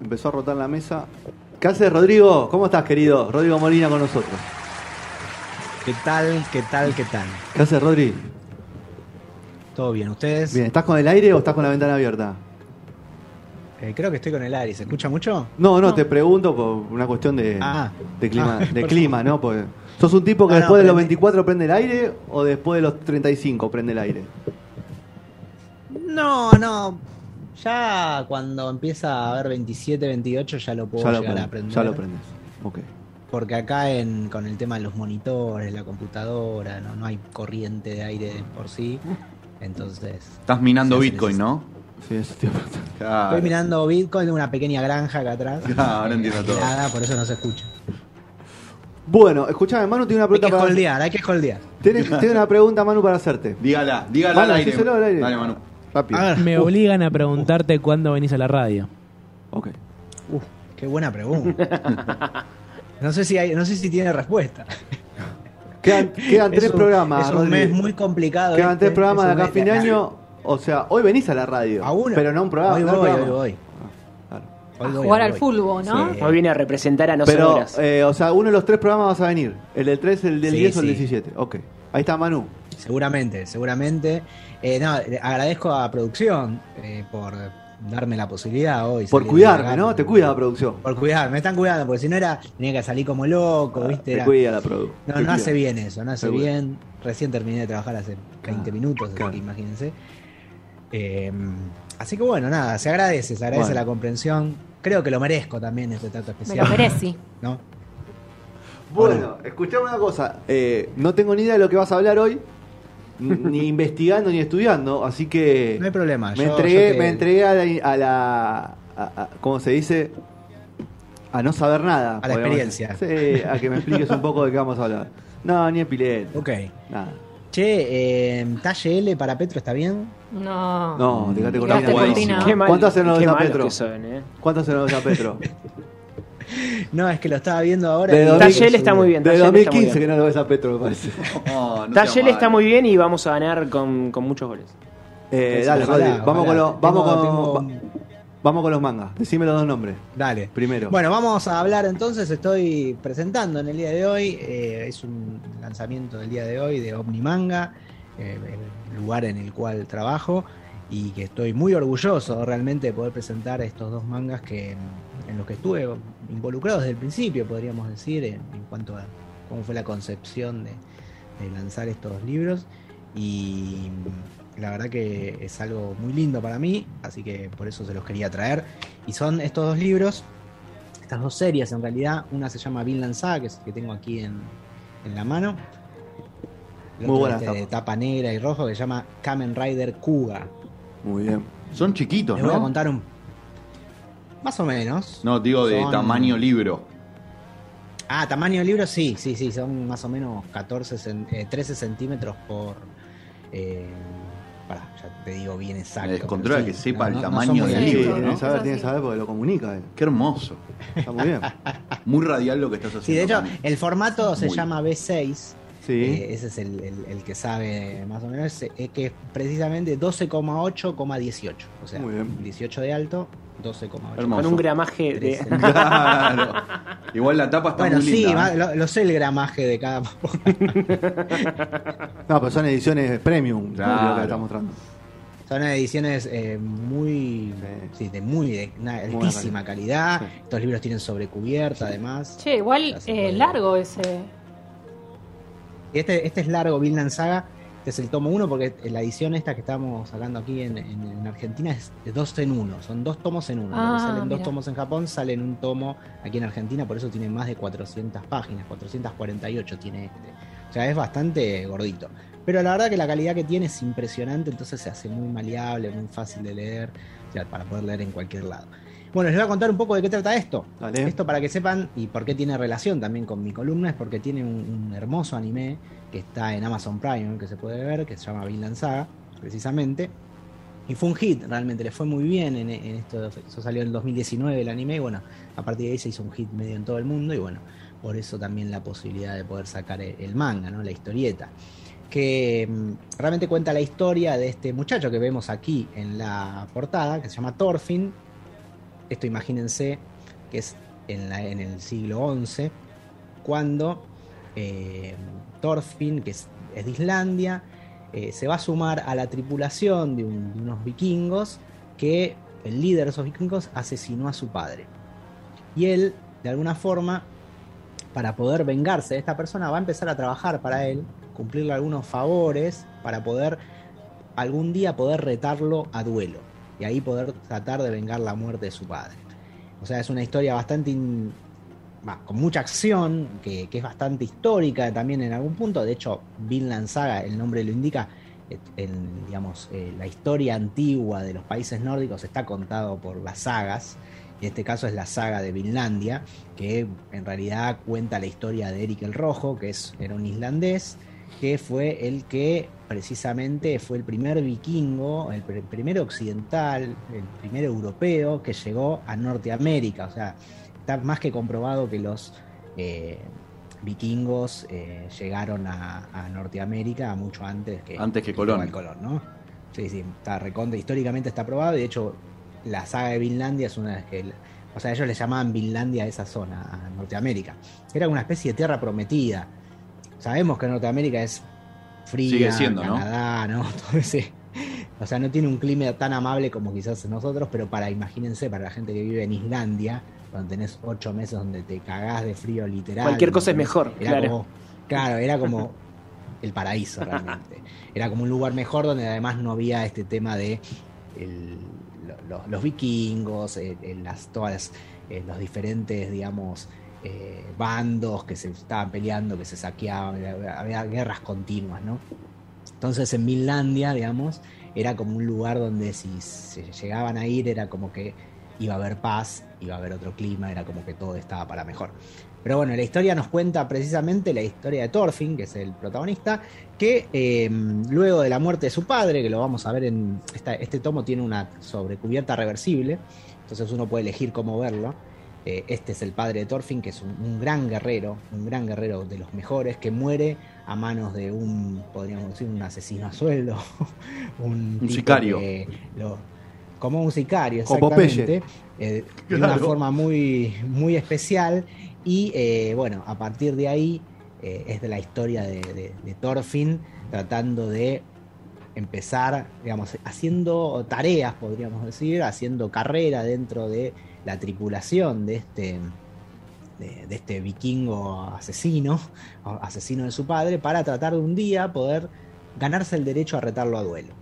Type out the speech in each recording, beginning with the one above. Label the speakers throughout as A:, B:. A: Empezó a rotar la mesa. ¿Qué haces, Rodrigo? ¿Cómo estás, querido? Rodrigo Molina con nosotros.
B: ¿Qué tal? ¿Qué tal? ¿Qué tal?
A: ¿Qué haces, Rodri?
B: ¿Todo bien? ¿Ustedes?
A: Bien, ¿estás con el aire o estás con la ventana abierta?
B: Eh, creo que estoy con el aire. ¿Se escucha mucho?
A: No, no, te pregunto por una cuestión de,
B: Ah.
A: de clima,
B: Ah,
A: de
B: por
A: clima ¿no? Porque ¿Sos un tipo que
B: Ah, no,
A: después de los
B: prende.
A: 24 prende el aire o después de los 35 prende el aire?
B: No, no. Ya cuando empieza a haber 27, 28 ya lo puedo
A: ya, lo
B: llegar a
A: prende-
B: aprender.
A: ya lo prendes. Ok.
B: Porque acá en, con el tema de los monitores, la computadora, no, no hay corriente de aire de por sí. Entonces...
C: Estás minando
B: Sí, sí,
C: Bitcoin,
B: sí.
C: ¿no?
A: Sí, eso te iba a preguntar.
C: Claro.
B: Estoy mirando Bitcoin en una pequeña granja acá atrás.
C: Ah, ahora entiendo todo.
B: Nada, por eso no se escucha.
A: Bueno, escuchame, Manu tiene una
B: Hay que
A: pregunta para
B: holdear, hay que holdear.
A: Tienes- tiene una pregunta, Manu, para hacerte.
C: Dígala, dígala
A: Manu,
C: al, aire.
A: díselo al aire.
C: Dale, Manu.
A: Rápido.
B: A ver.
D: Me obligan a preguntarte cuándo venís a la radio.
A: Ok.
B: Uf, qué buena pregunta. No sé si hay, no sé si tiene respuesta.
A: Quedan, quedan tres
B: Es un-
A: programas.
B: Es un
A: Rodri.
B: mes muy complicado.
A: Quedan
B: este,
A: tres programas
B: es
A: de
B: un
A: acá a
B: mes
A: fin de año. O sea, hoy venís a la radio.
B: A uno.
A: Pero no un programa.
B: Hoy
A: no un
B: voy,
A: programa. Ah,
B: hoy voy.
A: Claro.
B: Hoy voy,
E: Jugar
B: hoy
E: al
B: voy.
E: fútbol, ¿no?
B: Sí.
F: Hoy viene a representar a nosotros.
A: Pero, eh, o sea, uno de los tres programas vas a venir. El del 3, el del
B: Sí,
A: 10 o el
B: sí.
A: 17. Ok. Ahí está Manu.
B: Seguramente, seguramente. Eh, no, le agradezco a producción eh, por darme la posibilidad hoy.
A: Por
B: salir de
A: cuidarme,
B: acá,
A: ¿no?
B: por-
A: Te cuida la producción.
B: Por cuidarme, me están cuidando, porque si no era, tenía que salir como loco, ¿viste?
A: Ah, Te
B: Era-
A: cuida la producción.
B: No, no hace bien eso, no hace
A: Seguro.
B: bien. Recién terminé de trabajar hace 20 minutos, así
A: Ah, claro.
B: que imagínense. Eh, así que bueno, nada, se agradece, se agradece
A: Bueno.
B: la comprensión. Creo que lo merezco también este trato
E: Me
B: especial.
E: lo merece.
B: ¿no?
A: Bueno, escuchame una cosa. Eh, no tengo ni idea de lo que vas a hablar hoy. n- ni investigando ni estudiando. Así que.
B: No hay problema.
A: Me
B: Ah, yo-
A: entregué,
B: yo te-
A: me entregué a la, a la- a- a- ¿cómo se dice? A no saber nada.
B: A la
A: podríamos
B: experiencia.
A: decir. Sí, a que me expliques un poco de qué vamos a hablar. No, ni en pileta.
B: Ok.
A: Nada.
B: Che, eh, talle L para Petro, ¿está bien?
E: No.
A: No, dejate cortar
E: Quedaste
A: un poco.
E: cortina.
F: Qué mal-
A: ¿Cuánto hacen los
F: qué
A: de
F: malos
A: Petro?
F: que son, eh.
A: ¿Cuánto se nos da Petro?
B: No, es que lo estaba viendo ahora.
A: De
B: y-
A: dos mil- Talle
F: L está muy bien.
A: De
F: Talleres está muy
A: 2015
F: bien.
A: que no lo ves a Petro, me parece.
C: Oh, no seas
F: Talleres está
C: malo.
F: muy bien y vamos a ganar con, con muchos goles.
A: Eh, dale,
B: Ojalá,
A: Rodri, vamos
B: ojalá.
A: con los, vamos
B: Tengo-
A: con,
B: tengo-
A: va- vamos con los mangas. Decime los dos nombres.
B: Dale.
A: Primero.
B: Bueno, vamos a hablar entonces, estoy presentando en el día de hoy, eh, es un lanzamiento del día de hoy de Omnimanga, eh, el lugar en el cual trabajo y que estoy muy orgulloso realmente de poder presentar estos dos mangas que, en los que estuve involucrado desde el principio, podríamos decir, en, en cuanto a cómo fue la concepción de, de lanzar estos libros y la verdad que es algo muy lindo para mí, así que por eso se los quería traer. Y son estos dos libros, estas dos series en realidad. Una se llama Vinland Saga, que es el que tengo aquí en, en la mano. El
A: Muy
B: otro,
A: buena
B: este,
A: tapa.
B: de tapa negra y rojo que se llama Kamen Rider Kuga.
A: Muy bien.
C: Son chiquitos,
B: Les voy a
C: ¿no?
B: contar un... Más o menos.
C: No, digo de
B: Son-
C: tamaño libro.
B: Ah, tamaño del libro, sí, sí, sí, son más o menos 14, cen- eh, 13 centímetros por... Eh, pará, ya te digo bien exacto.
C: Me descontrola
B: pero
C: que sepa el
B: son
C: tamaño
B: muy
C: del
A: Sí,
E: Sí,
C: libro,
E: todo,
A: tiene
E: ¿no?
A: que saber,
E: Es
A: tiene que
E: así.
A: saber porque lo comunica él.
C: Qué hermoso.
A: Está muy bien.
C: Muy radial lo que estás haciendo.
B: Sí, de hecho,
C: también.
B: el formato se
C: Muy
B: llama B6.
A: Sí.
B: eh, ese es el, el- el que sabe más o menos. Es, es que es precisamente 12,8,18. O sea,
A: Muy bien.
B: 18 de alto, 12,8.
C: Hermoso.
F: Con un gramaje de.
B: Trece.
C: Claro. Igual la tapa está
B: Bueno,
C: muy
B: sí,
C: linda.
B: va-
C: ¿eh?
B: lo, lo sé el gramaje de cada.
A: No, pero son ediciones premium.
C: Claro.
A: Lo que está mostrando.
B: Son ediciones eh, muy.
A: Sí.
B: Sí, de muy. de una
A: buena
B: altísima calidad.
A: Sí.
B: Estos libros tienen sobrecubierta, además.
E: Che, igual
B: Así
E: eh,
B: puede.
E: largo ese.
B: Y Este, este es largo, Vinland Saga. Este es el tomo 1 porque la edición esta que estamos sacando aquí en, en- en Argentina es de dos en uno. Son dos tomos en uno. Lo que
E: Ah,
B: salen dos
E: mira.
B: tomos en Japón, salen un tomo aquí en Argentina. Por eso tiene más de 400 páginas. 448 tiene este. O sea, es bastante gordito. Pero la verdad que la calidad que tiene es impresionante. Entonces se hace muy maleable, muy fácil de leer. O sea, para poder leer en cualquier lado. Bueno, les voy a contar un poco de qué trata esto.
A: Dale.
B: Esto para que sepan y por qué tiene relación también con mi columna, es porque tiene un, un hermoso anime que está en Amazon Prime, que se puede ver, que se llama Vinland Saga, precisamente. Y fue un hit, realmente le fue muy bien en, en esto. Eso salió en 2019 el anime, y bueno, a partir de ahí se hizo un hit medio en todo el mundo, y bueno, por eso también la posibilidad de poder sacar el, el manga, ¿no? La historieta. Que mm, realmente cuenta la historia de este muchacho que vemos aquí en la portada, que se llama Thorfinn. Esto imagínense que es en, la- en el siglo XI, cuando eh, Thorfinn, que es, es de Islandia, eh, se va a sumar a la tripulación de, un- de unos vikingos que el líder de esos vikingos asesinó a su padre. Y él, de alguna forma, para poder vengarse de esta persona, va a empezar a trabajar para él, cumplirle algunos favores, para poder algún día poder retarlo a duelo. Y ahí poder tratar de vengar la muerte de su padre. O sea, es una historia bastante. in- va, con mucha acción, que, que es bastante histórica también en algún punto. De hecho, Vinland Saga, el nombre lo indica. et- En, digamos, eh, la historia antigua de los países nórdicos está contado por las sagas. En este caso es la saga de Vinlandia, que en realidad cuenta la historia de Eric el Rojo, que es, era un islandés, que fue el que precisamente fue el primer vikingo, el pr- primer occidental, el primer europeo que llegó a Norteamérica. O sea, está más que comprobado que los eh, vikingos eh, llegaron a, a Norteamérica mucho antes que,
C: Antes que Colón.
B: Cristóbal Colón, ¿no? Sí, sí, está recontra, históricamente está probado y de hecho la saga de Vinlandia es una de las que... O sea, ellos le llamaban Vinlandia a esa zona, a Norteamérica. Era una especie de tierra prometida. Sabemos que Norteamérica es fría,
C: Sigue siendo, ¿no?
B: Canadá, ¿no? Todo ese- o sea, no tiene un clima tan amable como quizás nosotros, pero para, imagínense, para la gente que vive en Islandia, donde tenés ocho meses donde te cagás de frío literal.
F: Cualquier cosa es
B: donde
F: mejor,
B: era
F: claro.
B: como- claro, era como el paraíso realmente. Era como un lugar mejor donde además no había este tema de el- lo- lo- los vikingos, eh, eh, las, todas las- eh, los diferentes, digamos, eh, bandos que se estaban peleando, que se saqueaban, había, había guerras continuas, ¿no? Entonces en Finlandia, digamos, era como un lugar donde si se llegaban a ir era como que iba a haber paz, iba a haber otro clima, era como que todo estaba para mejor. Pero bueno, la historia nos cuenta precisamente la historia de Thorfinn, que es el protagonista, que eh, luego de la muerte de su padre, que lo vamos a ver en esta- este tomo, tiene una sobrecubierta reversible, entonces uno puede elegir cómo verlo. Eh, este es el padre de Thorfinn, que es un, un gran guerrero, un gran guerrero de los mejores, que muere a manos de un, podríamos decir, un asesino a sueldo, un, tipo
C: sicario.
B: que lo- como un sicario,
A: Como
B: exactamente, eh, de una
C: Claro.
B: forma muy, muy especial. Y eh, bueno, a partir de ahí eh, es de la historia de, de- de Thorfinn tratando de empezar, digamos, haciendo tareas, podríamos decir, haciendo carrera dentro de la tripulación de este, de, de este vikingo asesino, o asesino de su padre, para tratar de un día poder ganarse el derecho a retarlo a duelo.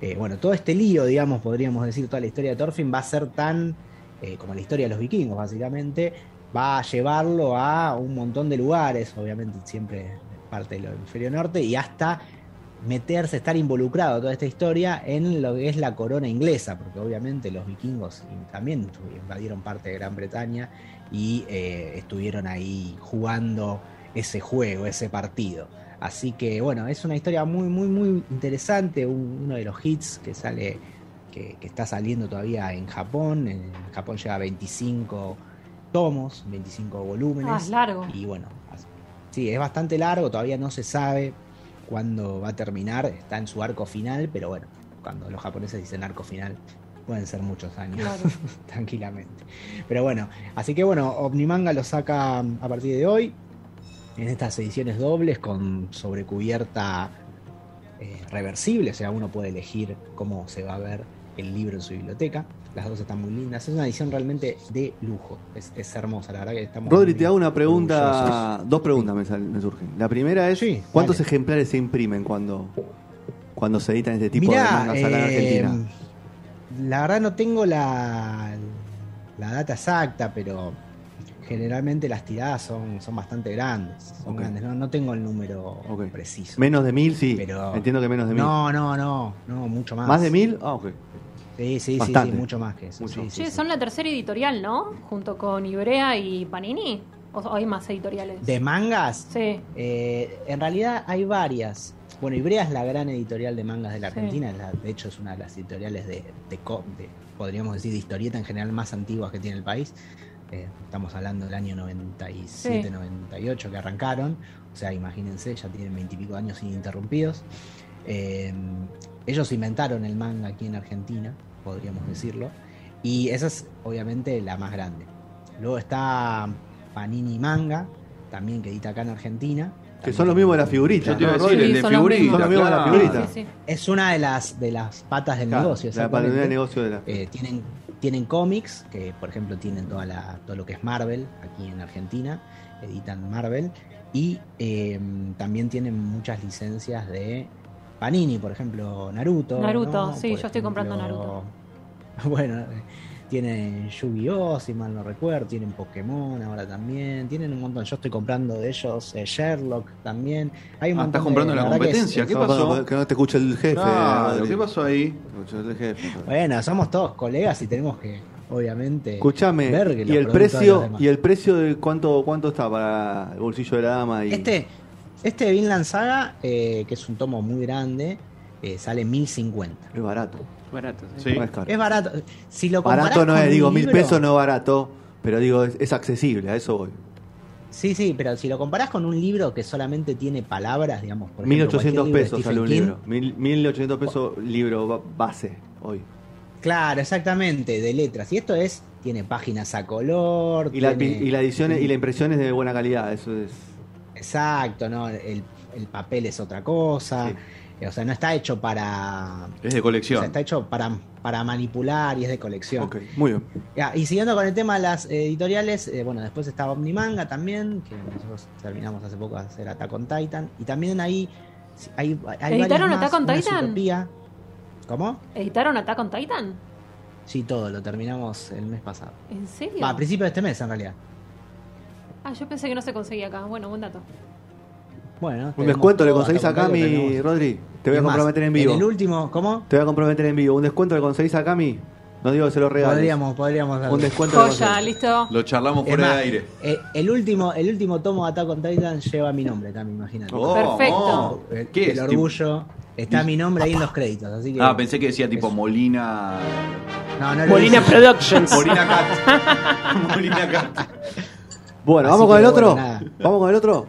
B: Eh, bueno, todo este lío, digamos, podríamos decir, toda la historia de Thorfinn va a ser tan, eh, como la historia de los vikingos, básicamente, va a llevarlo a un montón de lugares, obviamente siempre parte del hemisferio norte, y hasta meterse, estar involucrado toda esta historia en lo que es la corona inglesa, porque obviamente los vikingos también invadieron parte de Gran Bretaña y eh, estuvieron ahí jugando ese juego, ese partido. Así que bueno, es una historia muy, muy, muy interesante, un- uno de los hits que sale, que, que está saliendo todavía en Japón. En Japón lleva 25 tomos, 25 volúmenes.
E: Ah, es largo.
B: Y bueno, as- sí, es bastante largo, todavía no se sabe cuándo va a terminar, está en su arco final, pero bueno, cuando los japoneses dicen arco final, pueden ser muchos años,
E: Claro.
B: tranquilamente. Pero bueno, así que bueno, Omnimanga lo saca a partir de hoy, en estas ediciones dobles con sobrecubierta eh, reversible, o sea, uno puede elegir cómo se va a ver el libro en su biblioteca. Las dos están muy lindas. Es una edición realmente de lujo. Es, es hermosa, la verdad que estamos.
A: Rodri,
B: muy
A: te hago una
B: orgullosos.
A: pregunta. Dos preguntas me, sal- me surgen. La primera es:
B: Sí,
A: ¿cuántos
B: dale.
A: ejemplares se imprimen cuando, cuando se editan este tipo de
B: Mirá,
A: mangas acá en
B: eh,
A: Argentina?
B: La verdad no tengo la, la data exacta, pero generalmente las tiradas son, son bastante grandes. Son
A: Ok.
B: grandes. No, no tengo el número
A: Ok.
B: preciso.
A: Menos de mil, sí.
B: eh, Pero-
A: Entiendo que menos de mil.
B: No, no, no, no, mucho más.
A: ¿Más de mil? Ah, ok.
B: Sí, Sí, sí, sí, sí,
A: Bastante.
B: mucho más que eso.
A: Mucho.
B: sí, sí,
E: Che,
B: sí.
E: son la tercera editorial, ¿no? Junto con Ibrea y Panini. ¿O o hay más editoriales?
B: ¿De mangas?
E: Sí.
B: Eh, en realidad hay varias. Bueno, Ibrea es la gran editorial de mangas de la
E: Sí.
B: Argentina. es la- de hecho, es una de las editoriales de, de co- de- podríamos decir, de historieta en general más antiguas que tiene el país. Eh, estamos hablando del año 97,
E: Sí.
B: 98 que arrancaron. O sea, imagínense, ya tienen veintipico años ininterrumpidos. Eh, ellos inventaron el manga aquí en Argentina, podríamos decirlo. Y esa es obviamente la más grande. Luego está Panini Manga, también que edita acá en Argentina.
A: Que
B: También
A: son los mismos de la figurita.
C: Yo te iba a decir,
E: Sí,
C: el de
E: son los
C: figurita.
E: mismos. Son
A: los mismos de la
B: Ah,
C: claro.
A: figurita.
E: Sí, sí.
B: Es una de las, de las patas del
A: Claro,
B: negocio.
A: La pandemia de
B: exactamente.
A: negocio de la.
B: Eh, tienen, tienen cómics, que por ejemplo tienen toda la, todo lo que es Marvel aquí en Argentina, editan Marvel, y eh, también tienen muchas licencias de Panini, por ejemplo Naruto.
E: Naruto,
B: ¿no?
E: sí, yo
B: Por
E: estoy comprando Naruto.
B: Bueno, eh, tienen Yu-Gi-Oh, si mal no recuerdo, tienen Pokémon ahora también, tienen un montón, yo estoy comprando de ellos eh, Sherlock también. Hay un
C: Ah,
B: montón
C: estás comprando
B: de-
C: la
B: verdad que es-
C: competencia, ¿qué
A: No,
C: pasó?
A: para- Que no te escuche el jefe.
C: Claro,
A: Rodri.
C: ¿qué pasó ahí?
A: Te escuchó el
B: Eh,
A: jefe.
B: Bueno, somos todos colegas y tenemos que, obviamente.
A: Escúchame,
B: ver que los
A: y el
B: productos de los
A: precio
B: demás.
A: y el precio de cuánto cuánto está para el bolsillo de la dama y
B: Este, este Vinland Saga, eh, que es un tomo muy grande, eh, sale 1050.
A: es barato,
F: Barato. sí.
C: Sí.
A: no es caro.
B: Es barato. Si lo comparás
A: barato no
B: con
A: es,
B: un
A: digo, mil
B: libro-
A: pesos no barato, pero digo, es, es accesible, a eso voy.
B: Sí, sí, pero si lo comparás con un libro que solamente tiene palabras, digamos, por ejemplo,
A: 1800
B: cualquier libro de
A: pesos sale un
B: Stephen
A: libro. Mil- 1800 pesos libro ba- base hoy.
B: King. Claro, exactamente, de letras. Y esto es, tiene páginas a color.
A: Y la,
B: tiene-
A: y la edición y la impresión es de buena calidad, eso es.
B: Exacto, no, el, el papel es otra cosa. Eh, O sea, no está hecho para
C: Es de
B: O sea,
C: colección.
B: está hecho para, para manipular y es de colección.
A: Ok, muy bien.
B: Ya, Y siguiendo con el tema de las eh, editoriales, eh, bueno, después está Omnimanga también, que nosotros terminamos hace poco de hacer Attack on Titan. Y también ahí sí, hay, hay varias
E: ¿Editaron
B: más,
E: Attack on
B: una es
E: Titan?
B: Utopía. ¿Cómo?
E: ¿Editaron Attack on Titan?
B: Sí, todo, lo terminamos el mes pasado.
E: ¿En serio?
B: Va, a principios de este mes en realidad.
E: Ah, yo pensé que no se conseguía acá. Bueno, buen dato.
B: Bueno.
A: Un
B: tenemos
A: descuento le
B: todo,
A: conseguís
B: Attack
A: acá,
B: on Titan, lo
A: mi
B: tenemos.
A: Rodri. Te voy a
B: Es más,
A: comprometer en vivo.
B: el último, ¿cómo?
A: Te voy a comprometer en vivo. Un descuento le conseguís acá, mi. No digo que se lo regales.
B: Podríamos, podríamos darle.
A: Un descuento le
E: Joya,
A: conseguís.
E: listo.
C: Lo charlamos
B: Es
C: fuera
B: más,
C: de aire.
B: eh, el, último, el último tomo de Attack on Titan lleva mi nombre también, imagínate.
C: Oh,
E: Perfecto.
C: oh,
B: El,
C: ¿Qué
B: el
C: es?
B: orgullo. Está
C: Dis-
B: mi nombre ahí en los créditos, así que.
C: Ah, pensé que decía tipo
B: Es-
C: Molina.
B: No, no lo
F: Molina
B: hice.
F: Productions.
C: Molina Cat. Molina Cat.
A: Bueno,
B: Así
A: vamos con
B: que
A: el
B: bueno,
A: otro.
B: nada.
A: vamos con el otro.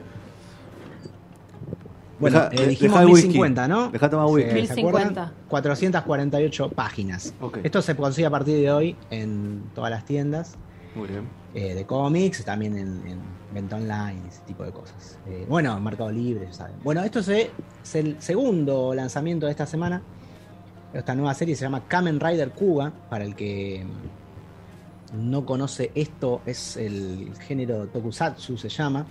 B: Bueno,
A: Deja-
B: eh, dijimos
A: deja el whisky.
B: 1050, ¿no?
A: Deja tomar
B: ¿Se-
A: whisky.
B: se acuerdan?
E: 1050.
B: 448 páginas.
A: Ok.
B: Esto se consigue a partir de hoy en todas las tiendas
A: Muy bien.
B: eh, de cómics, también en, en venta online, ese tipo de cosas. Eh, bueno, en Mercado Libre, ya saben. Bueno, esto se- es el segundo lanzamiento de esta semana. Esta nueva serie se llama Kamen Rider Cuba. Para el que no conoce esto, es el género Tokusatsu, se llama.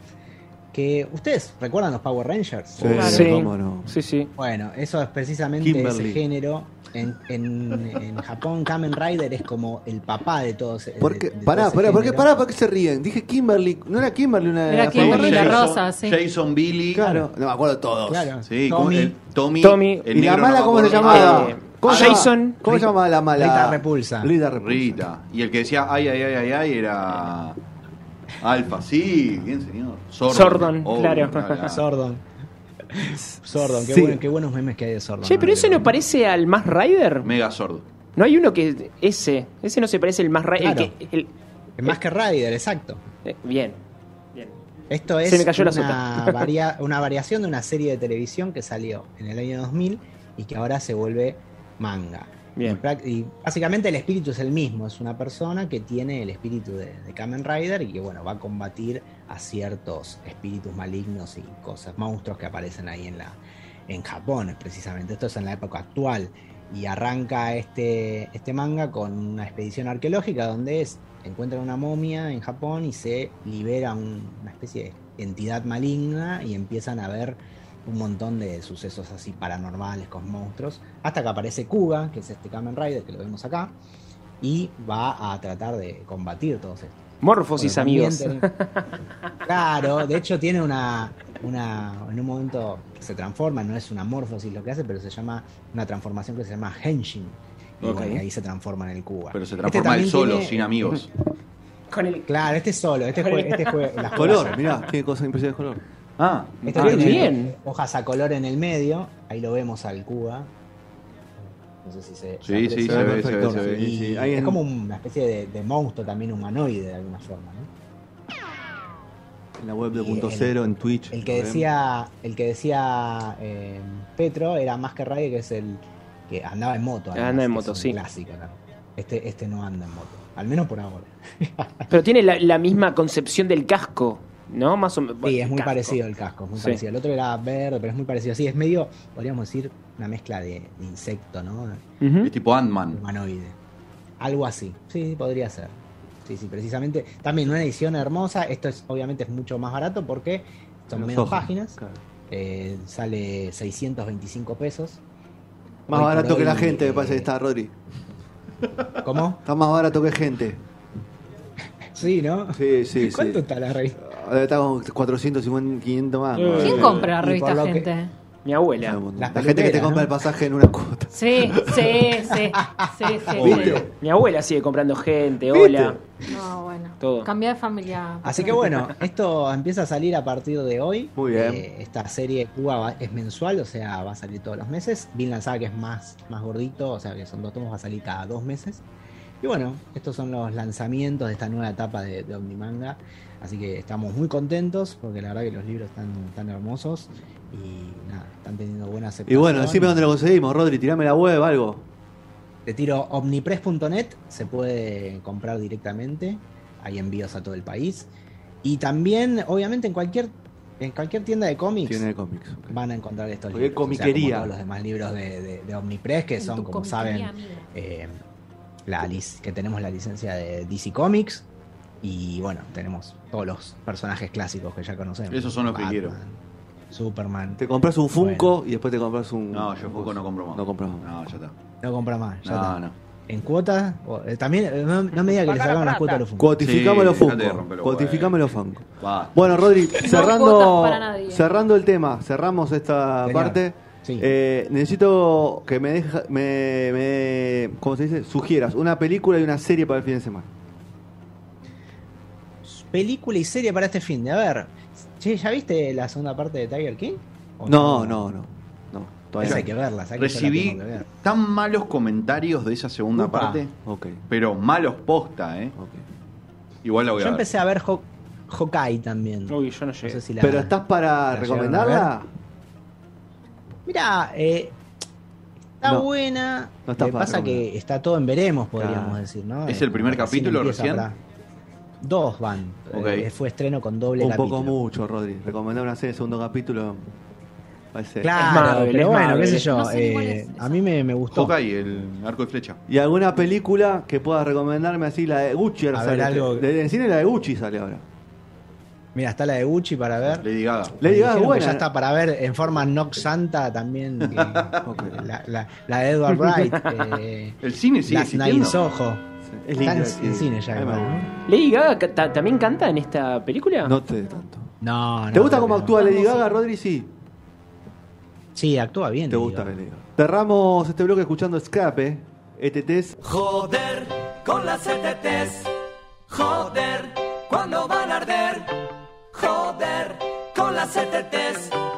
B: Que ustedes recuerdan los Power Rangers.
A: Sí,
F: Sí.
A: cómo no.
F: Sí, sí.
B: Bueno, eso es precisamente
A: Kimberly.
B: ese género. En, en- en Japón, Kamen Rider es como el papá de todos. de-
A: ¿Por qué?
B: de todo
A: Pará,
B: ese
A: pará, ¿por qué,
B: género.
A: pará, ¿por qué se ríen? Dije Kimberly. No era Kimberly una
E: Era
A: la
E: Kimberly
A: favorita?
E: la
C: Jason-
E: Rosa, sí.
C: Jason Billy.
A: Claro, no me acuerdo todos.
B: Claro. Tommy,
C: Sí, ¿cómo- el- Tommy.
F: Tommy.
C: el
A: ¿Y la
C: negro
A: mala
C: no me
A: cómo se
C: acuerdo.
A: llamaba?
F: Eh,
A: ¿Cómo se llama-
F: Jason.
A: ¿Cómo se llamaba la mala?
B: Rita Repulsa.
A: Rita
F: Eh,
C: Ah,
A: Repulsa.
C: Rita. Y el que decía ay, ay, ay, ay, ay era. Alfa, sí, bien señor.
F: Sordon,
C: Obvio,
F: claro.
C: no, claro.
B: Sordon. Sordon, qué,
A: Sí.
B: buen- qué buenos memes que hay de Sordon.
F: Che, pero ese no
B: parece
F: parece al más Rider.
C: Mega sordo.
F: No hay uno que. Ese. Ese no se parece al más Rider.
B: Claro.
F: El que, el-
B: Más que Rider, exacto.
F: eh, bien. Bien.
B: Esto es
F: Se me cayó la
B: una, varia- una variación de una serie de televisión que salió en el año 2000 y que ahora se vuelve manga.
F: Bien.
B: Y prac- Y básicamente el espíritu es el mismo, es una persona que tiene el espíritu de, de Kamen Rider y que bueno, va a combatir a ciertos espíritus malignos y cosas, monstruos que aparecen ahí en la en Japón, precisamente. Esto es en la época actual. Y arranca este, este manga con una expedición arqueológica donde es, encuentran una momia en Japón y se libera un- una especie de entidad maligna y empiezan a ver un montón de sucesos así paranormales con monstruos. Hasta que aparece Kuga, que es este Kamen Rider que lo vemos acá, y va a tratar de combatir todos estos.
F: Morfosis,
B: Bueno, también
F: amigos.
B: tenés- Claro, de hecho tiene una, una. En un momento se transforma, no es una morfosis lo que hace, pero se llama. Una transformación que se llama Henshin. Y
C: Ok.
B: bueno, ahí se transforma en el Cuba.
C: Pero se
B: Este
C: transforma él
B: también
C: solo,
B: tiene-
C: sin amigos.
F: Con el.
B: Claro, este es solo, este juega, este jue- las
A: Color,
B: juegas-
A: mirá, tiene cosas impresionantes de color.
C: Ah,
B: Este
C: ah,
B: tiene
F: bien.
B: hojas a color en el medio, ahí lo vemos al Cuba. No sé si se.
C: Sí,
B: se aprecia.
C: sí, se ve, se ve, se ve.
B: Y
A: Sí, sí, ahí
B: es
A: en-
B: como una especie de, de monstruo también humanoide de alguna forma, ¿no?
A: En la web de
B: Y
A: Punto
B: el-
A: Cero, en Twitch.
B: El que
A: lo ven.
B: decía, el que decía eh, Petro era más que Raye, que es el que andaba en moto.
F: Anda en
B: que es
F: moto,
B: un
F: sí.
B: Clásico. ¿no? Este, este no anda en moto, al menos por ahora.
F: Pero tiene la, la misma concepción del casco, ¿no? Más o menos.
B: Sí, es muy
F: casco.
B: parecido el casco, es muy
F: Sí.
B: parecido. El otro era verde, pero es muy parecido. Sí, es medio, podríamos decir, una mezcla de insecto, ¿no?
F: Ujú.
C: Es tipo Ant-Man.
B: Humanoide. Algo así. Sí, podría ser. Sí, sí, precisamente. También una edición hermosa. Esto es, obviamente, es mucho más barato porque son
A: Los
B: menos
A: ojos,
B: páginas.
A: claro.
B: Eh, sale 625 pesos.
A: Más
B: Hoy
A: barato
B: por
A: que la
B: hoy,
A: gente, me
B: eh,
A: parece que está, Rodri.
B: ¿Cómo?
A: Está más barato que gente.
B: Sí, ¿no?
A: Sí, sí, sí.
B: ¿Cuánto está la revista?
A: Ahora estamos 450, 500 más. Eh, más
E: ¿Quién
A: barato.
E: compra la
B: Y
E: revista
B: por lo que-
E: Gente?
F: Mi
A: Todo
F: abuela.
A: el mundo.
B: Las
A: La gente que te
B: peloteras,
A: compra
B: ¿no?
A: el pasaje en una cuota.
E: Sí, sí, sí, sí, sí.
C: Obvio.
F: Mi abuela sigue comprando gente,
A: ¿Viste?
F: hola.
E: No, bueno.
F: Todo.
E: Cambiar de familia.
B: Así que bueno, esto empieza a salir a partir de hoy.
A: Muy bien.
B: Eh, esta serie Cuba va- es mensual, o sea, va a salir todos los meses. Vinland Saga que es más, más gordito, o sea, que son dos tomos, va a salir cada dos meses. Y bueno, estos son los lanzamientos de esta nueva etapa de, de Omnimanga. Así que estamos muy contentos porque la verdad que los libros están tan hermosos y nada, están teniendo buena
A: Y
B: aceptación.
A: bueno, decime dónde lo conseguimos, Rodri. Tirame la web, algo.
B: Te tiro omnipress.net, se puede comprar directamente, hay envíos a todo el país. Y también, obviamente, en cualquier, en cualquier tienda de cómics
A: Tiene cómics.
B: van a encontrar estos
A: Porque
B: libros. o sea,
A: comiquería.
B: como todos los demás libros de, de- de Omnipress, que
E: En
B: son,
E: tu
B: como
E: comiquería,
B: saben,
E: amiga.
B: eh, la lic- que tenemos la licencia de DC Comics. Y bueno, tenemos todos los personajes clásicos que ya conocemos.
C: Esos son los que quiero.
B: Superman.
A: Te compras un Funko
B: Bueno.
A: y después te compras un.
C: No, yo Funko no compro más.
A: No compras más.
C: No, ya está.
B: No compra más. ya
C: No,
B: está.
C: no.
B: En cuotas, o- eh, también, eh, no, no me diga que le sacaron las cuotas a los Funko.
A: Cuotificame
C: Sí,
A: los
C: dejate de pues.
A: Funko.
C: romper los
A: Cuotificame los Funko.
C: Va.
A: Bueno, Rodri,
E: cuotas
A: cerrando,
E: para nadie.
A: cerrando el tema, cerramos esta
B: Genial.
A: parte.
B: Sí.
A: Eh, necesito que me, deja, me, me- ¿cómo se dice? Sugieras una película y una serie para el fin de semana.
B: Película y serie para este fin de. A ver, che, ¿ya viste la segunda parte de Tiger King? ¿O
A: No, no, no, no.
B: Esa
A: Todavía.
B: hay que verla, esa que yo la
C: Recibí
B: tengo que ver.
C: tan malos comentarios de esa segunda
B: Upa.
C: parte,
A: no. Ok,
C: pero malos posta, ¿eh?
A: ok.
C: Igual la voy
B: Yo
C: a ver.
B: empecé a ver Ho- Hawkeye también. No
F: Uy, yo no llegué.
B: sé si la.
A: Pero estás para
B: la llegaron a
A: recomendarla?
B: Mirá, eh, está
A: No.
B: buena.
A: No está
B: Me
A: para
B: pasa
A: recomendar.
B: que está todo en veremos, podríamos
A: Claro.
B: decir, ¿no?
C: ¿Es
B: Eh,
C: el primer
B: recién
C: capítulo
B: empieza
C: recién?
B: para- Dos van.
C: Ok.
B: Eh, fue estreno con doble
A: Un
B: capítulo.
A: poco mucho, Rodri. Recomendar una serie, segundo capítulo. Parece.
B: Claro,
F: Es Marvel,
B: pero
F: es
B: bueno, qué
F: Marvel.
B: sé yo.
E: No sé ni cuál
B: eh,
E: es esa.
B: a mí me, me gustó.
C: Hawkeye, el arco de flecha.
A: ¿Y alguna película que puedas recomendarme así? La de Gucci ahora
B: A
A: sale.
B: ver, algo-
A: De, en cine la de Gucci sale ahora.
B: Mira, está la de Gucci para ver.
C: Lady Gaga.
A: Le
B: Me
A: digas,
B: dijeron que
A: buena.
B: Ya está para ver en forma Noxanta también. que- la, la- la de Edward Wright. eh,
C: El cine sigue
B: Last Night in
C: existiendo.
B: Soho.
A: eh. Es
B: Está en,
A: linda,
B: en cine ya.
A: Ay,
B: creo,
A: me
B: ¿no?
F: ¿Lady Gaga ca- ta- también canta en esta película?
A: No te dé tanto.
B: No, no.
A: ¿Te gusta
B: creo
A: cómo
B: que no.
A: actúa Lady
E: Vamos,
A: Gaga,
E: sí.
A: Rodri? Sí.
B: Sí, actúa bien.
A: Te
B: digo.
A: gusta Lady Gaga. Cerramos este bloque escuchando Escape. E ETTs.
G: Joder con las ETTs. Joder cuando van a arder. Joder con las ETTs.